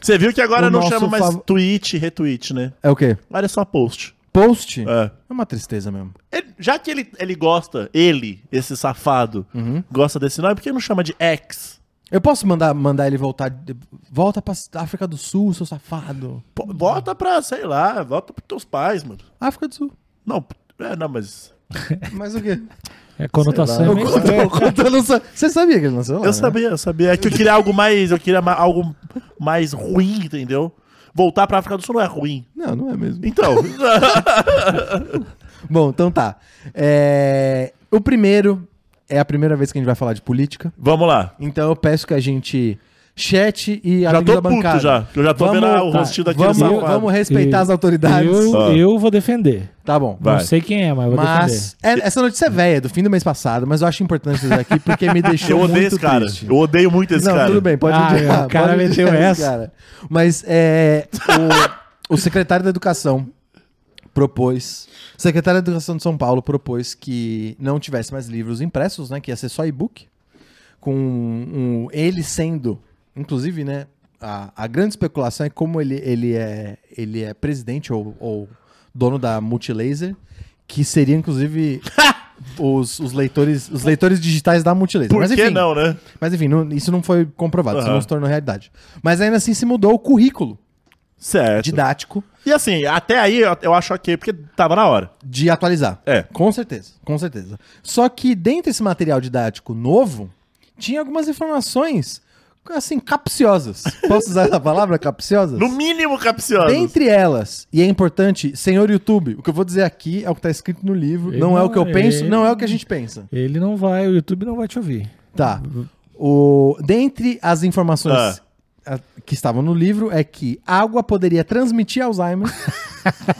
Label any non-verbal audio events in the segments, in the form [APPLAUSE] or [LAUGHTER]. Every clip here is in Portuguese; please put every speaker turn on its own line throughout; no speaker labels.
Você viu que agora
O
não
nosso
chama mais
fav-
tweet, retweet, né?
É o quê?
Agora é só post.
Post? É,
É.
uma tristeza mesmo.
Ele- já que ele, ele gosta, ele, esse safado,
Uhum.
gosta desse nome, por que não chama de ex?
Eu posso mandar, mandar ele voltar. de- Volta pra África do Sul, seu safado.
Pô, Bota pra, sei lá, volta pros teus pais, mano.
África do Sul.
Não, é, não, mas.
Mas o
[LAUGHS]
quê?
É conotação.
Eu
é meio
conto- eu conto- eu não sa- Você sabia que ele nasceu lá?
Eu
né?
sabia, eu sabia. É que eu queria algo mais. Eu queria ma- algo mais ruim, entendeu? Voltar pra África do Sul não é ruim.
Não, não é mesmo.
Então. [LAUGHS]
Bom, então tá. É, O primeiro é a primeira vez que a gente vai falar de política.
vamos lá.
Então eu peço que a gente chat e
Já
amigos
tô
da bancada.
puto já. Eu já tô
Vamos-
vendo o
tá,
rostinho daquele
Vamos,
safado.
vamos respeitar
Eu-
as autoridades.
Eu,
Ah.
eu vou defender.
Tá bom.
Vai.
Não sei quem é, mas eu vou defender.
Mas é- essa notícia é velha, do fim do mês passado, mas eu acho importante isso aqui porque
[LAUGHS]
me deixou
Eu odeio
É muito
esse cara.
triste.
Eu odeio muito esse
não,
cara.
tudo bem, pode
Ah,
odiar.
o cara
pode
meteu
odiar esse
essa.
cara. Mas é, o, o secretário da Educação propôs, o secretário da Educação de São Paulo propôs que não tivesse mais livros impressos, né, que ia ser só e-book, com um- ele sendo, inclusive, né, a, a grande especulação é como ele, ele, é, ele é presidente ou, ou dono da Multilaser, que seria,
[LAUGHS]
inclusive... Os, os leitores os leitores digitais da Multilaser.
Por
Mas,
que
enfim,
não, né?
mas enfim, não- isso não foi comprovado, isso
Aham.
não se tornou realidade. Mas ainda assim se mudou o currículo
Certo.
didático
E assim, até aí eu, eu acho ok, porque tava na hora.
de atualizar.
É.
Com certeza, com certeza. Só que dentro desse material didático novo, tinha algumas informações, assim, capciosas. Posso usar essa palavra, capciosas?
No mínimo capcioso.
Dentre elas, e é importante, senhor YouTube, o que eu vou dizer aqui é o que tá escrito no livro,
Ele
não é
não-
o que eu penso,
ele-
não é o que a gente pensa.
Ele não vai, o YouTube não vai te ouvir.
Tá. O, dentre as informações ah, que estavam no livro é que água poderia transmitir Alzheimer,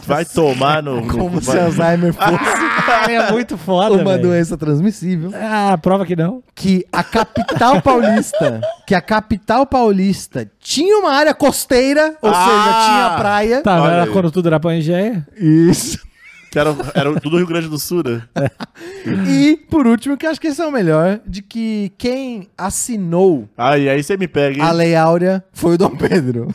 Vai tomar [LAUGHS] no. no-
como se
vai-
Alzheimer fosse
[LAUGHS] é muito foda,
uma doença transmissível.
Ah, prova que não.
Que a capital paulista, que a capital paulista tinha uma área costeira, ou
Ah!
seja, tinha praia.
Tá,
Olha
mas
aí.
era quando tudo era Pangeia.
Isso.
que era, era tudo Rio Grande do Sul, né?
E, por último, que eu acho que esse é o melhor, de que quem assinou
Aí, aí você me pega, hein?
a Lei Áurea foi o Dom Pedro.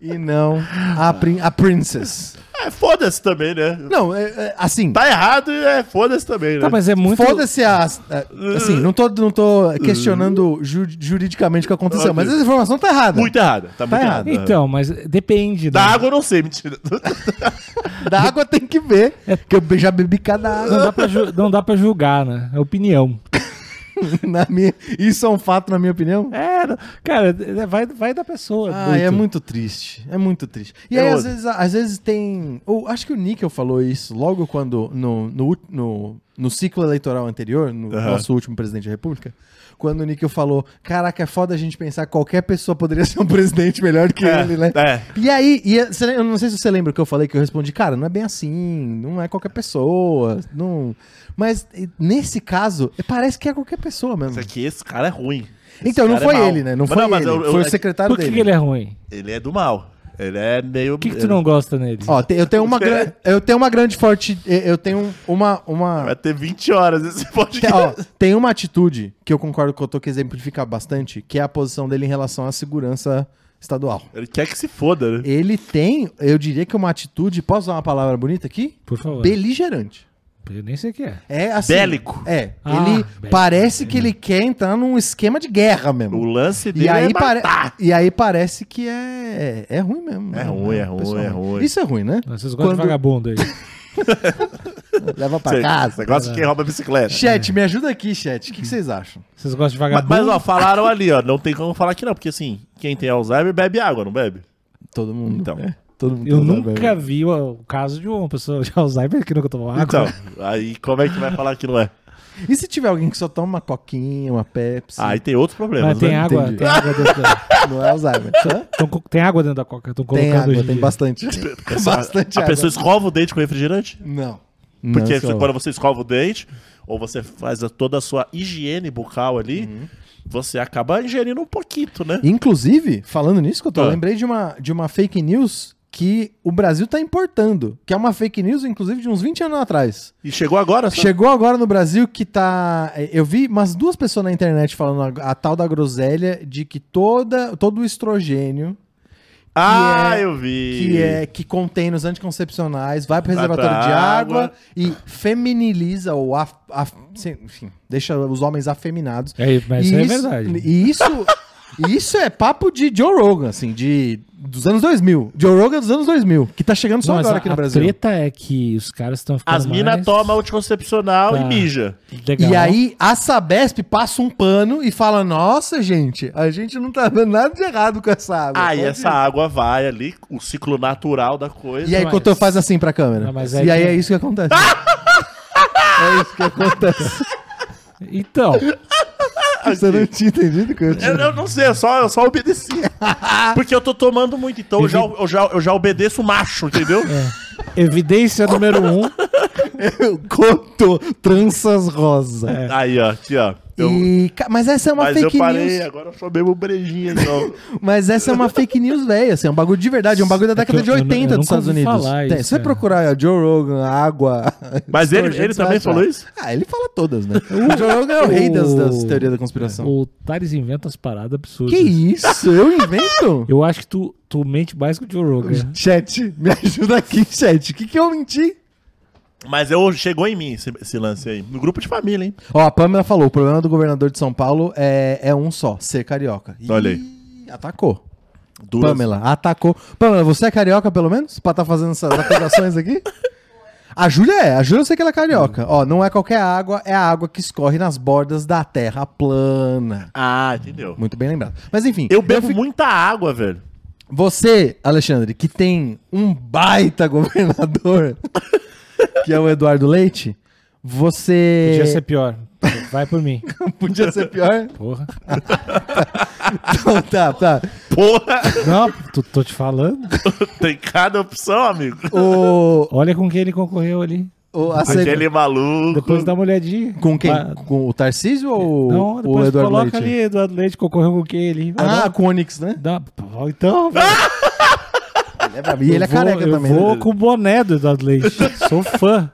e não a, prin a Princess.
É, foda-se também, né?
Não, é- é, assim.
Tá errado e é foda-se também, né?
Tá, mas é muito.
Foda-se a. a- Assim, não tô, não tô questionando ju- juridicamente o que aconteceu, mas essa informação tá errada.
Muito errado. Tá, muito
errado.
errado.
Então, mas depende.
Da
né?
água eu não sei, [LAUGHS] mentira.
Da água tem que ver, que eu já bebi cada água. [LAUGHS]
Não dá, pra ju- não dá pra julgar, né? É opinião.
Na minha, isso é um fato, na minha opinião?
É, não- cara, é- vai, vai da pessoa.
Ah,
Boito.
é muito triste. É muito triste. E
Eu
aí, às
odeio.
vezes, às vezes tem. ou acho que o Níquel falou isso logo quando. No, no, ú- no, no ciclo eleitoral anterior, no
Aham.
nosso último presidente da República, quando o Níquel falou: Caraca, é foda a gente pensar que qualquer pessoa poderia [LAUGHS] ser um presidente melhor que ele, né?
É.
E aí, e a- cê- eu não sei se você lembra que eu falei que eu respondi, cara, não é bem assim, não é qualquer pessoa, não. Mas e, nesse caso, e parece que é qualquer pessoa mesmo.
Isso aqui, esse cara é ruim. Esse
Então, não
cara é
foi
mau.
ele, né? Não
Mas
foi ele.
eu- eu-
foi o
é-
secretário
Por que,
dele.
que ele é ruim?
Ele é do mal. Ele é meio.
Por que, que tu não gosta nele?
Ó, te- eu tenho uma
Você-
grande. Eu tenho uma grande forte. e- Eu tenho uma. uma
Vai ter 20 horas esse
te- Tá, ó,
podcast.
tem uma atitude que eu concordo com o Totô que exemplifica bastante, que é a posição dele em relação à segurança estadual.
Ele quer que se foda, né?
Ele tem, eu diria que uma atitude. Posso usar uma palavra bonita aqui?
Por favor.
Beligerante.
Eu nem sei o que é.
É assim.
Bélico.
É.
Ah,
ele
bélico. Uhum.
parece que ele quer entrar num esquema de guerra
O
mesmo.
lance dele
E aí,
é
pare- Ah,
matar.
e aí parece que é, é ruim mesmo.
É
né?
ruim, é ruim,
Pessoal,
é ruim.
Isso é ruim, né?
Vocês gostam de
Quando-
vagabundo aí. É.
Leva pra
Você-
casa.
Você gosta de quem rouba bicicleta.
Chat, me ajuda aqui, chat. O que, que vocês acham?
Vocês gostam de
Mas,
vagabundo?
mas, ó, falaram ali, ó. Não tem como falar que não, porque assim, quem tem Alzheimer bebe água, não bebe?
Todo mundo.
Então.
é, todo mundo
Eu
tá
nunca
bem.
vi o, o caso de uma pessoa [LAUGHS] de Alzheimer que nunca tomou água.
Então, aí como é que vai falar que não é?
E se tiver alguém que só toma uma coquinha, uma Pepsi?
Aí tem outros problemas,
mas tem
né?
água,
é entendi.
tem água dentro da,
Não é Alzheimer. Hã?
tão co- tem água dentro da coca. Estão [LAUGHS] colocando
tem água,
hoje em
tem
dia. [LAUGHS]
bastante.
Pessoa-
[LAUGHS] bastante
a
água.
pessoa escova o dente com refrigerante?
Não. é
Porque
não, só-
quando você escova o dente, ou você faz a- toda a sua higiene bucal ali,
Uhum.
você acaba ingerindo um pouquinho, né?
Inclusive, falando nisso, que eu tô,
Ah.
lembrei de uma, de uma fake news que o Brasil tá importando, que é uma fake news, inclusive, de uns 20 anos atrás.
E chegou agora? só?
Chegou agora no Brasil que tá. Eu vi umas duas pessoas na internet falando a, a tal da groselha de que toda, todo o estrogênio
Ah,
é-
eu vi.
que, é, que contém nos anticoncepcionais vai pro
Vai pra
reservatório de água,
água.
e feminiliza ou af, af- sim, enfim, deixa os homens afeminados.
É, mas
e
isso é
isso,
verdade.
E isso, e isso é papo de Joe Rogan, assim, de dos anos 2000. Joe Rogan é dos anos 2000, que tá chegando só
Não, mas
agora
a-
aqui no
a
Brasil.
treta é que os caras estão ficando
As minas
mais-
tomam anticoncepcional e
Tá.
mija.
Legal.
E aí a Sabesp passa um pano e fala: Nossa, gente, a gente não tá vendo nada de errado com essa água.
Aí
Pode-
essa água vai ali, o ciclo natural da coisa.
E aí
Mas-
Cotô faz assim pra câmera.
Não, mas
e
é
aí
que-
é isso que
[LAUGHS]
acontece. é isso que acontece.
Então,
Você não tinha
[LAUGHS]
entendido, Cotô?
Eu, eu não sei, eu só, eu só
[LAUGHS]
obedeci. Porque eu tô tomando muito, então eu já, eu já, eu já obedeço o macho, entendeu?
É.
evidência número um.
[LAUGHS] Cotô, tranças rosa.
Aí, ó, aqui, ó. É, Eu-
E, ca- mas essa é uma
mas eu
fake
parei,
news.
agora eu só bebo brejinha,
[LAUGHS]
então.
Mas essa é uma fake news, velho. Assim, é um bagulho de verdade. É um bagulho da
É que
década
eu-
de
eu nu-
80
eu
dos
nunca
Estados
ouvi
Unidos. Tem,
falar isso,
se você
cara.
procurar Joe Rogan, água.
Mas ele-
estrogenos,
ele
você
também
vai achar.
falou isso?
Ah, ele fala todas, né? o Joe Rogan é [LAUGHS] o rei das, das teorias da conspiração.
O Thales inventa as paradas absurdas.
Que isso? Eu
[LAUGHS]
invento?
Eu acho que tu, tu mente mais que o Joe Rogan.
Chat, me ajuda aqui, chat. O que, que eu menti?
Mas eu, chegou em mim esse, esse lance aí. No grupo de família, hein?
Ó, a Pamela falou: o problema do governador de São Paulo é, é um só, ser carioca. Ih,
Olha
Atacou.
Duas.
Pamela, atacou. Pamela, você é carioca pelo menos? Pra tá fazendo essas acusações aqui? A Júlia é, a Júlia eu sei que ela é carioca. Ó, não é qualquer água, é a água que escorre nas bordas da terra plana.
Ah, entendeu?
Muito bem lembrado. Mas enfim.
Eu bebo
fico-
muita água, velho.
Você, Alexandre, que tem um baita [LAUGHS] governador, que é o Eduardo Leite, você.
Podia ser pior. Vai por mim.
[LAUGHS] Podia ser É. pior?
Porra.
Então, tá, tá.
Porra! [LAUGHS]
Não, tu, tô te falando.
Tem cada opção, amigo.
O.
Olha com quem ele concorreu ali.
o a seg-
Aquele maluco.
Depois dá uma olhadinha.
Com quem?
Ba-
Com o Tarcísio ou
é Não,
o
depois
Eduardo
coloca
Leite?
ali Eduardo Leite concorreu com quem ali.
Ah, com o Onix, né?
Dá- Então, velho,
E ele
eu
é careca
vou,
também.
Eu
né?
vou com o boné do Eduardo Leite. Sou fã.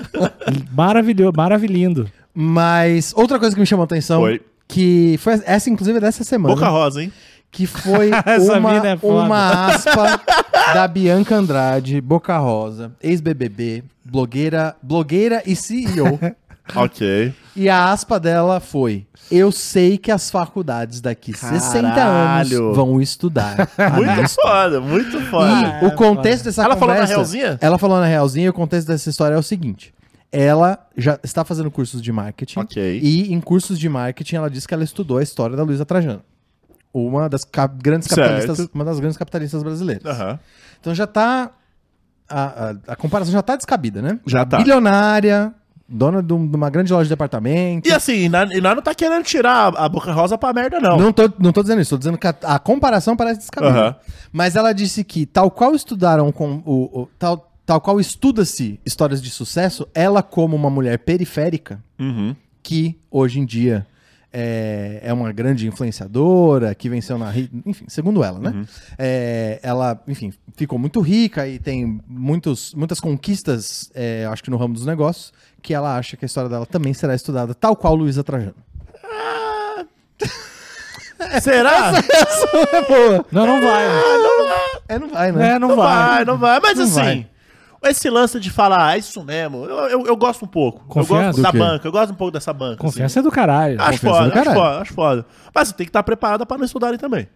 Maravilhoso, maravilhindo.
Mas outra coisa que me chamou a atenção.
Foi.
Que foi essa, inclusive, é dessa semana.
Boca rosa, hein?
que foi
Essa
uma,
mina é foda.
uma aspa da Bianca Andrade, Boca Rosa, ex-BBB, blogueira, blogueira e CEO.
Ok.
e a aspa dela foi: Eu sei que as faculdades daqui 60 anos
Caralho.
vão estudar.
Muito foda, muito é foda.
E o contexto dessa
Ela falou na
conversa-
realzinha?
Ela falou na realzinha e o contexto dessa história é o seguinte. Ela já está fazendo cursos de marketing.
Ok.
E em cursos de marketing ela disse que ela estudou a história da Luísa Trajano. Uma das cap- grandes capitalistas,
Certo.
uma das grandes capitalistas brasileiras.
Aham.
Então já tá a, a, a comparação já tá descabida, né?
Já tá.
Bilionária, dona de, um- de uma grande loja de departamento.
E assim, e nós e nós não tá querendo tirar a a Boca Rosa pra merda, não.
Não tô, não tô dizendo isso, tô dizendo que a, a comparação parece descabida.
Aham.
Mas ela disse que, tal qual estudaram com o. o- tal, tal qual estuda-se histórias de sucesso, ela, como uma mulher periférica,
Uhum.
que hoje em dia é, é uma grande influenciadora, que venceu na. ri- Enfim, segundo ela, né?
Uhum.
É, ela, enfim, ficou muito rica e tem muitos, muitas conquistas, é, acho que no ramo dos negócios, que ela acha que a história dela também será estudada, tal qual
[LAUGHS]
Luísa Trajano.
Ah. Será?
é boa!
Não, não vai.
É, não vai, né?
É, não
Não
vai.
vai, não vai. Mas
Não
assim, esse lance de falar, ah, isso mesmo, eu, eu, eu gosto um pouco.
Confiança
eu gosto
do
da
quê?
banca, eu gosto um pouco dessa banca.
Confiança é do caralho.
Assim. Acho
Confiança do
foda, acho
caralho.
foda, acho foda. Mas você tem que estar preparada pra não estudarem também.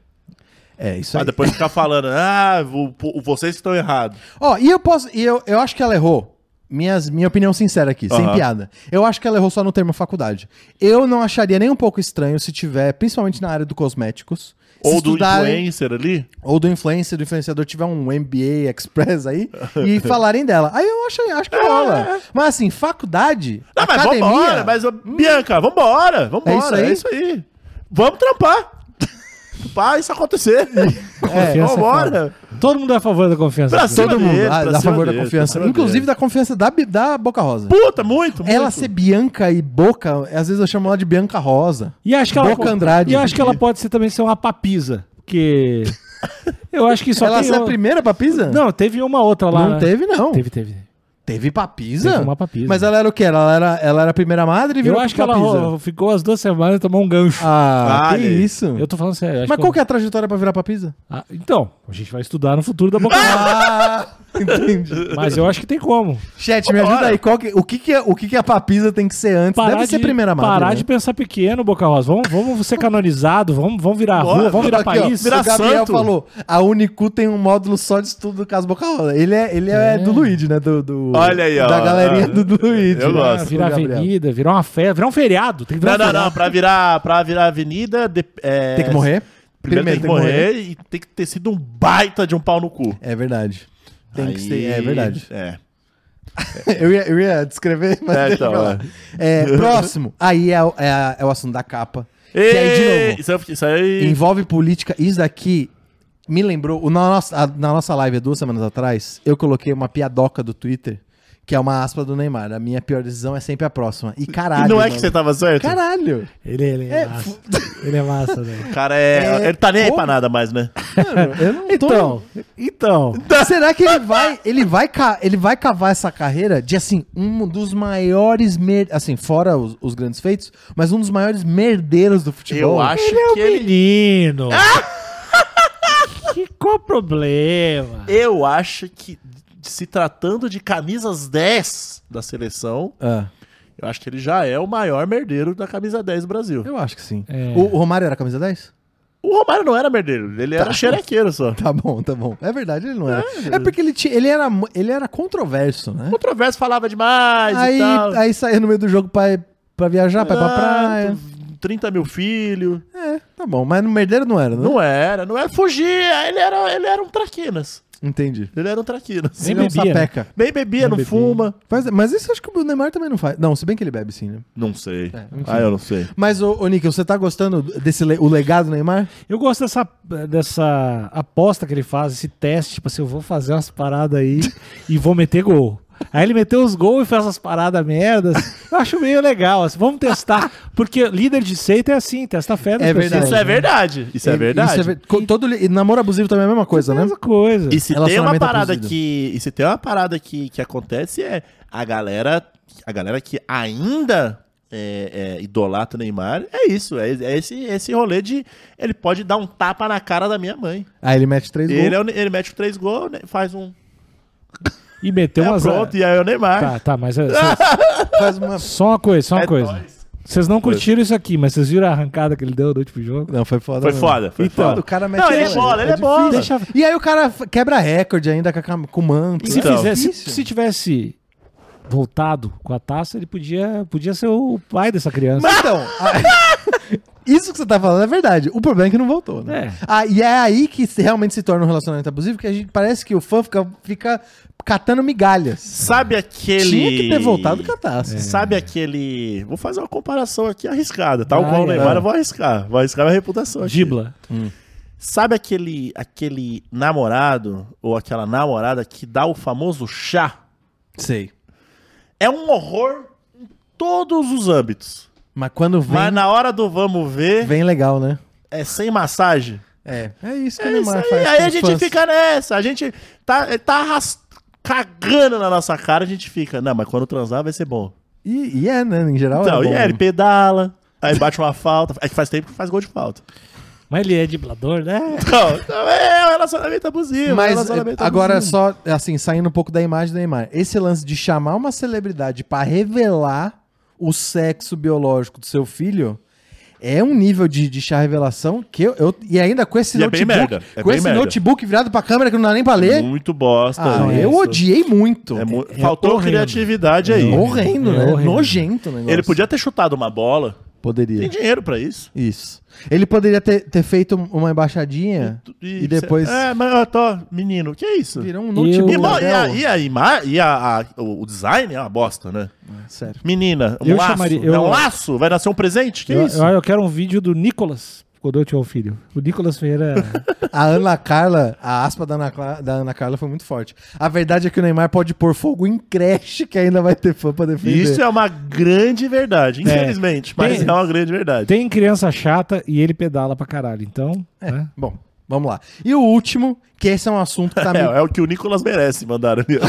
É, isso
Pra
aí.
depois ficar falando, ah, vo- po- vocês que estão errados.
Ó, e eu posso. E eu, eu acho que ela errou. Minhas, minha opinião sincera aqui, sem
Aham.
piada. Eu acho que ela errou só no termo faculdade. Eu não acharia nem um pouco estranho se tiver, principalmente na área do cosméticos. se
Ou do
estudarem-
influencer ali.
Ou do influencer, do influenciador tiver um MBA Express aí
[LAUGHS]
e falarem dela. Aí eu acho, acho que rola. Mas assim, faculdade.
É. Não, mas
academia,
vambora, mas, ô, Bianca, vambora,
É isso
vambora,
aí?
é isso aí. Vamos
[LAUGHS]
trampar. Pra isso acontecer.
Confiança é
vambora.
foda. Todo mundo é a favor da confiança.
Pra cima
Todo mundo,
deles,
a,
pra cima
a favor da
deles,
confiança.
pra cima
Inclusive
deles.
da confiança da, Bi- da Boca Rosa.
Puta, muito, muito.
Ela ser Bianca e Boca, às vezes eu chamo ela de Bianca Rosa.
E acho que ela
Boca Andrade. né?
E acho que ela pode ser também ser uma papisa, porque Eu acho que só
Ela
tem
é a
o-
primeira pra Pisa?
Não, teve uma outra lá.
Não
né?
teve, não. Teve,
Teve, teve.
pra Pisa?
Teve uma pra Pisa.
Mas ela era o quê? Ela era, ela era a primeira madre e
Eu
virou
acho que
pra
ela
Pisa?
ro- ficou as duas semanas e tomou um gancho.
Ah, que
Olha aí.
isso.
Eu tô falando sério. eu acho
Mas
que
qual
eu-
que é a trajetória pra virar
[LAUGHS]
pra Pisa?
Ah, então, a gente vai estudar no futuro da boca.
[LAUGHS] Ah, entendi.
Mas eu acho que tem como.
Chat, me ajuda
Bora.
aí. Qual que- o que, que, é- o que, que a papisa tem que ser antes?
Parar,
Deve
de,
ser primeira madre.
parar
né?
de pensar pequeno, Boca Rosa. Vamos, vamos ser canonizados, vamos, vamos virar
Bora,
rua, vamos virar
Aqui, ó,
país.
virar
o Gabriel
santo.
falou, a Unicu tem um módulo só de estudo do caso Boca Rosa. Ele é, ele é,
É.
do Luigi, né? Do, do-
Olha aí, ó.
Da galerinha
Ah,
do Luigi. né?
eu gosto.
virar
do Gabriel.
avenida, virar uma festa, virar um feriado. Tem que virar
Não,
um
não,
feriado.
não. Pra virar, pra virar avenida. de- é,
Tem que morrer?
Primeiro, tem que morrer, e tem que ter sido um baita de um pau no cu.
É verdade. Tem que
Aí-
ser,
[LAUGHS]
é verdade.
É.
eu, ia, eu ia descrever, mas
É,
deixa
então,
pra lá. É, próximo. Aí é, o- é a- é o assunto da capa. que aí, de novo,
Isso aí, isso aí-
envolve política. Isso daqui me lembrou. o- Na nossa, a- na nossa live há duas semanas atrás, eu coloquei uma piadoca do Twitter, que é uma aspa do Neymar. A minha pior decisão é sempre a próxima. E caralho.
E não é
mano.
que você tava certo?
Caralho!
Ele, ele é,
É,
massa. ele é massa, né?
[LAUGHS]
O cara é.
É,
Ele tá nem aí
como?
pra nada mais, né?
Mano, eu não tô.
Então, então.
Será que ele vai, ele vai, ca- ele vai cavar essa carreira de assim um dos maiores mer- assim fora os, os grandes feitos, mas um dos maiores merdeiros do futebol.
Eu acho
Ele é um
que ele.
menino. [LAUGHS] que, qual o problema?
Eu acho que, se tratando de camisas 10 da seleção,
Ah,
eu acho que ele já é o maior merdeiro da camisa 10 do Brasil.
eu acho que sim.
É.
O, o Romário era camisa 10?
O Romário não era merdeiro, ele era xerequeiro só.
[LAUGHS] Tá bom, tá bom. É verdade, ele não era. É porque ele tinha, ele era, mu- ele era controverso, né?
Controverso falava demais e
Aí,
tal.
aí saía no meio do jogo pra, ir- pra viajar, pra ir pra
Ah,
praia.
30 mil filhos.
É, tá bom, mas no merdeiro não era, né?
Não era, não era fugir. Ele era, ele era um traquinas.
Entendi.
Ele era um traquinas.
Nem
Ele é um
bebia, né?
sapeca.
Nem bebia, não
bebia.
fuma.
Faz- mas isso eu acho que o Neymar também não faz. Não, se bem que ele bebe sim, né?
Não sei.
enfim.
ah, eu não sei.
Mas, ô, ô Níquel, você tá gostando desse le- o legado do Neymar?
Eu gosto dessa, dessa aposta que ele faz, esse teste, tipo assim, eu vou fazer umas paradas aí e vou meter gol. Aí ele meteu os gols e fez essas paradas merdas. Eu acho meio legal, assim, vamos testar. Porque líder de seita é assim, testa a fé das
É
pessoas,
verdade.
Isso é verdade. Isso é verdade.
Isso é ver- co- todo li- e namoro abusivo também é a mesma coisa, né?
Mesma coisa.
E se tem uma
Relacionamento
parada
abusivo.
que. E se tem uma parada que, que acontece é a galera. A galera que ainda é, é, idolatra o Neymar é isso. É, é esse, esse rolê de ele pode dar um tapa na cara da minha mãe.
Aí ele mete três gols.
Ele, é o Ne- ele mete três gols, né, faz um.
E meteu
é,
umas.
pronto, e aí é o Neymar.
Tá, tá, mas é-
[LAUGHS]
Faz uma...
só uma coisa, só uma
É
coisa.
nóis.
Vocês não curtiram isso aqui, mas vocês viram a arrancada que ele deu no último jogo?
Não, foi foda.
Foi
mesmo.
foda, foi
Então,
foda.
o cara mete
Não, ele é
três-
bola, ele é
difícil.
bola.
Deixa- E aí o cara f- quebra recorde ainda com, a cam- com o manto. é
E se,
Então.
fizesse,
Difícil.
se tivesse voltado com a taça, ele podia, podia ser o pai dessa criança.
Mas então, a- [LAUGHS] isso que você tá falando é verdade. O problema é que não voltou, né?
É.
Ah, e é aí que se- realmente se torna um relacionamento abusivo, que a gente parece que o fã fica, fica catando migalhas.
Sabe aquele. É.
Tinha que ter voltado com a taça.
Sabe aquele. Vou fazer uma comparação aqui arriscada. Tal
Vai,
qual o Neymar,
vai.
eu vou arriscar. Vou arriscar minha reputação aqui.
Dibla.
Sabe aquele, aquele namorado ou aquela namorada que dá o famoso chá?
Sei.
É um horror em todos os âmbitos.
Mas quando vem,
Mas na hora do vamos ver,
vem legal, né?
é sem massagem.
É, é isso que o
É isso
Neymar
aí.
faz.
Aí
com
a
os
gente
fãs.
fica nessa. A gente tá, ele tá arras- cagando na nossa cara, a gente fica. Não, mas quando transar vai ser bom.
E, e é, né? Em geral
Então,
é bom.
e aí ele pedala, aí bate uma falta. É que faz tempo que faz gol de
[LAUGHS]
falta.
Mas ele é diblador, né?
Então, então é um relacionamento abusivo. é um
Mas eh,
relacionamento
agora
abusivo.
só, assim, saindo um pouco da imagem do Neymar. Esse lance de chamar uma celebridade pra revelar o sexo biológico do seu filho é um nível de, de chá revelação que eu, eu- E ainda com esse
E é bem
notebook.
merda, é
com
bem
esse
merda.
notebook virado pra câmera que não dá nem pra ler.
Muito bosta.
ah,
né?
eu
Isso.
odiei muito.
É mu-
é
Faltou
horrendo.
criatividade aí.
Horrendo,
É
né?
horrendo.
Nojento o negócio.
Ele podia ter chutado uma bola. Tem
Poderia.
dinheiro pra isso.
Isso. Ele poderia ter, ter feito uma embaixadinha e, depois
É, mas eu tô. Menino, que isso?
virou um
Eu-
notebook.
E, mo- e
Dell.
a, e a ima- e a- a- o o design é uma bosta, né?
Sério.
Menina, um
Eu
laço.
chamaria-
É
eu-
um laço? Vai nascer um presente? Que
eu,
isso?
eu- eu quero um vídeo do Nicolas quando eu tiver um filho. O Nicolas
[LAUGHS]
Ferreira.
A Ana Carla, a aspa da Ana, Cla- da Ana Carla foi muito forte. A verdade é que o Neymar pode pôr fogo em creche que ainda vai ter fã pra defender.
Isso é uma grande verdade, infelizmente, mas
É. Tem-
é uma grande verdade.
É.
Tem criança chata e ele pedala pra caralho. Então, né?
Bom, Vamos lá. E o último, que esse é um
[LAUGHS]
assunto que tá
É,
meio
é o que o Nicolas merece, mandaram. ali, [LAUGHS] ó.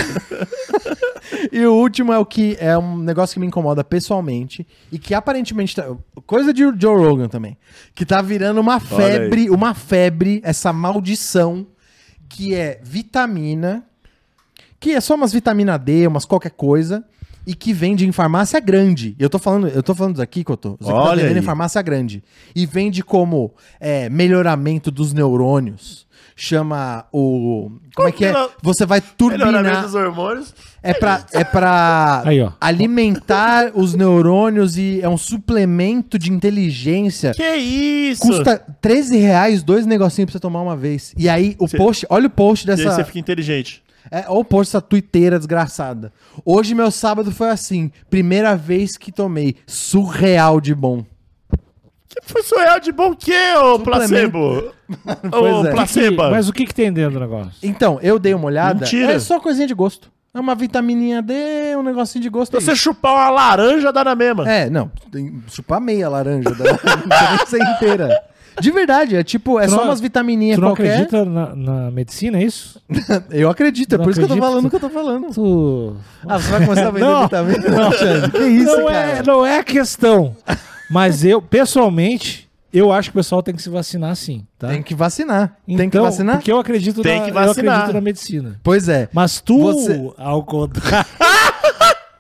[LAUGHS] E o último é o que é um negócio que me incomoda pessoalmente e que aparentemente tá- coisa de Joe Rogan também, que tá virando uma febre, uma febre, essa maldição que é vitamina, que é só umas vitamina D, umas qualquer coisa e que vende em farmácia grande. Eu tô falando, eu tô falando daqui que eu tô, isso aqui tá
Olha
vendendo em
aí.
farmácia grande e vende como é, melhoramento dos neurônios. Chama o. Como é que é?
Combina-
Você vai
Melhoramento
turbinar.
dos hormônios.
É pra, é pra
Aí, ó.
alimentar os neurônios e é um suplemento de inteligência.
Que isso?
Custa 13 reais dois negocinhos pra você tomar uma vez. E aí o post, olha o post
E aí
dessa.
você fica inteligente.
É, olha o post dessa tuiteira desgraçada. Hoje meu sábado foi assim. Primeira vez que tomei. Surreal de bom.
Que foi surreal de bom que, ô
[LAUGHS]
placebo? Ô
Pois é.
placebo.
Mas o que, que tem dentro do negócio?
Então, eu dei uma olhada.
Mentira.
É só coisinha de gosto. É uma vitamininha D, um negocinho de gosto. é
Se você
isso.
chupar uma laranja, dá na mesma.
É, não. tem- Chupar meia laranja. Da, [LAUGHS] não precisa nem ser inteira. De verdade, é tipo, é
Tu
só
não-
umas vitamininhas
Tu não
qualquer.
acredita na, na medicina, é isso?
Eu acredito, é
Não
por isso que eu tô
acredito.
falando o que eu tô falando.
Tu...
Ah, você [LAUGHS] vai começar a vender
Não.
vitamina? Não, Xande, que isso,
não,
cara?
é, não é a questão. Mas eu, pessoalmente, eu acho que o pessoal tem que se vacinar sim, tá?
Tem que vacinar. tem que
Então,
vacinar?
Porque eu acredito,
Tem
na,
que
eu
vacinar.
acredito na medicina.
Pois é.
Mas tu,
Você-
ao contrário...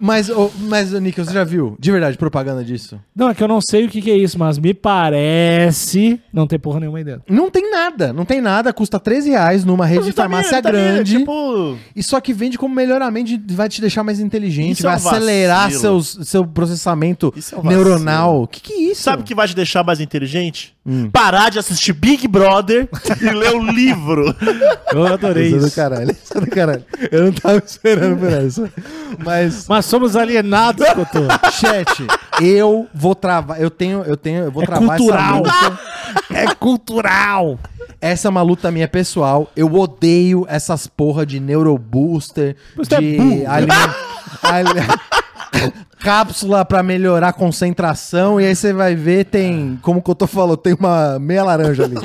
Mas, ô, mas, ô, Nick, você já viu, de verdade, propaganda disso?
Não, é que eu não sei o que, que é isso, mas me parece não ter porra nenhuma aí dentro.
Não tem nada, não tem nada, custa 13 reais numa rede de
Vitamina,
farmácia
vitamina,
grande.
Tá Tipo,
E só que vende como melhoramento, de- vai te deixar mais inteligente,
Isso é
vai
um
acelerar
vacilo.
seus, seu processamento
Isso é um vacilo.
neuronal. Que que é isso?
sabe o que vai te deixar mais inteligente?
Hum.
Parar de assistir Big Brother e
[LAUGHS]
ler o livro.
Eu adorei
Isso é do
isso.
caralho, isso é do caralho. Eu não tava esperando por essa. Mas,
Mas somos
[LAUGHS]
alienados, Cotô.
chat, eu vou travar, eu tenho, eu tenho, eu vou
É
travar
cultural.
essa luta.
é cultural.
Essa é uma luta minha pessoal. Eu odeio essas porra de neurobooster,
Você é
de
burro.
aliment- ali- cápsula pra melhorar a concentração e aí você vai ver tem, como que eu tô falando, tem uma meia laranja ali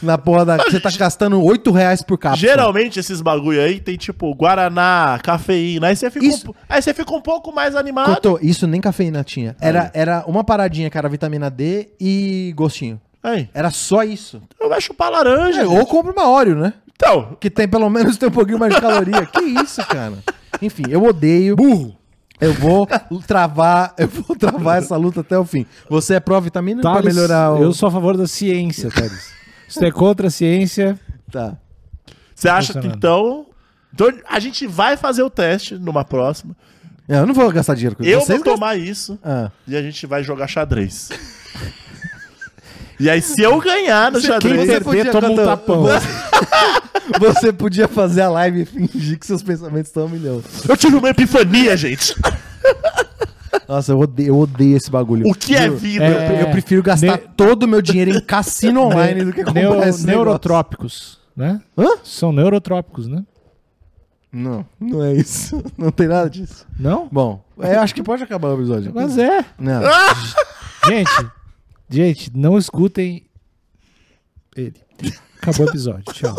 na porra da, você tá gastando 8 reais por cápsula.
Geralmente esses bagulho aí tem tipo Guaraná, cafeína. Aí você fica,
Isso.
um, aí você fica um pouco mais animado.
Cotô, isso nem cafeína tinha. Era, era uma paradinha que era vitamina D e gostinho.
Aí,
Era só isso.
eu vai chupar laranja.
É, ou compra uma Oreo, né?
Então,
Que tem pelo menos tem um pouquinho mais de caloria. que isso, cara? Enfim, eu odeio. Burro. Eu vou travar, [LAUGHS] eu vou travar essa luta até o fim. Você é pró-vitamina pra
Thales,
melhorar o.
Tá, Eu sou a favor da ciência, Thales. Se tu é contra a ciência,
Tá.
você acha que
Funcionando.
então. Então a gente vai fazer o teste numa próxima.
Não, É, Eu não vou gastar dinheiro com
Eu
vocês.
vou tomar isso
gastam- Ah.
e a gente vai jogar xadrez. e aí, se eu ganhar no xadrez.
perder, toma um tapão.
Você- Você podia fazer a live e fingir que seus pensamentos estão a milhão.
Eu tive uma epifania, gente.
Nossa, eu odeio, eu odeio esse bagulho.
O que é
Juro.
vida?
É.
Eu prefiro gastar
Ne-
todo o meu dinheiro em cassino online do que comprar
neu-
esse
neurotrópicos, né?
negócio. Hã?
São neurotrópicos, né?
Não, não é isso. [LAUGHS] Não tem nada disso.
Não?
Bom, eu acho que pode acabar o episódio.
Mas é.
Não.
Gente, gente, não escutem ele. Acabou o episódio. Tchau.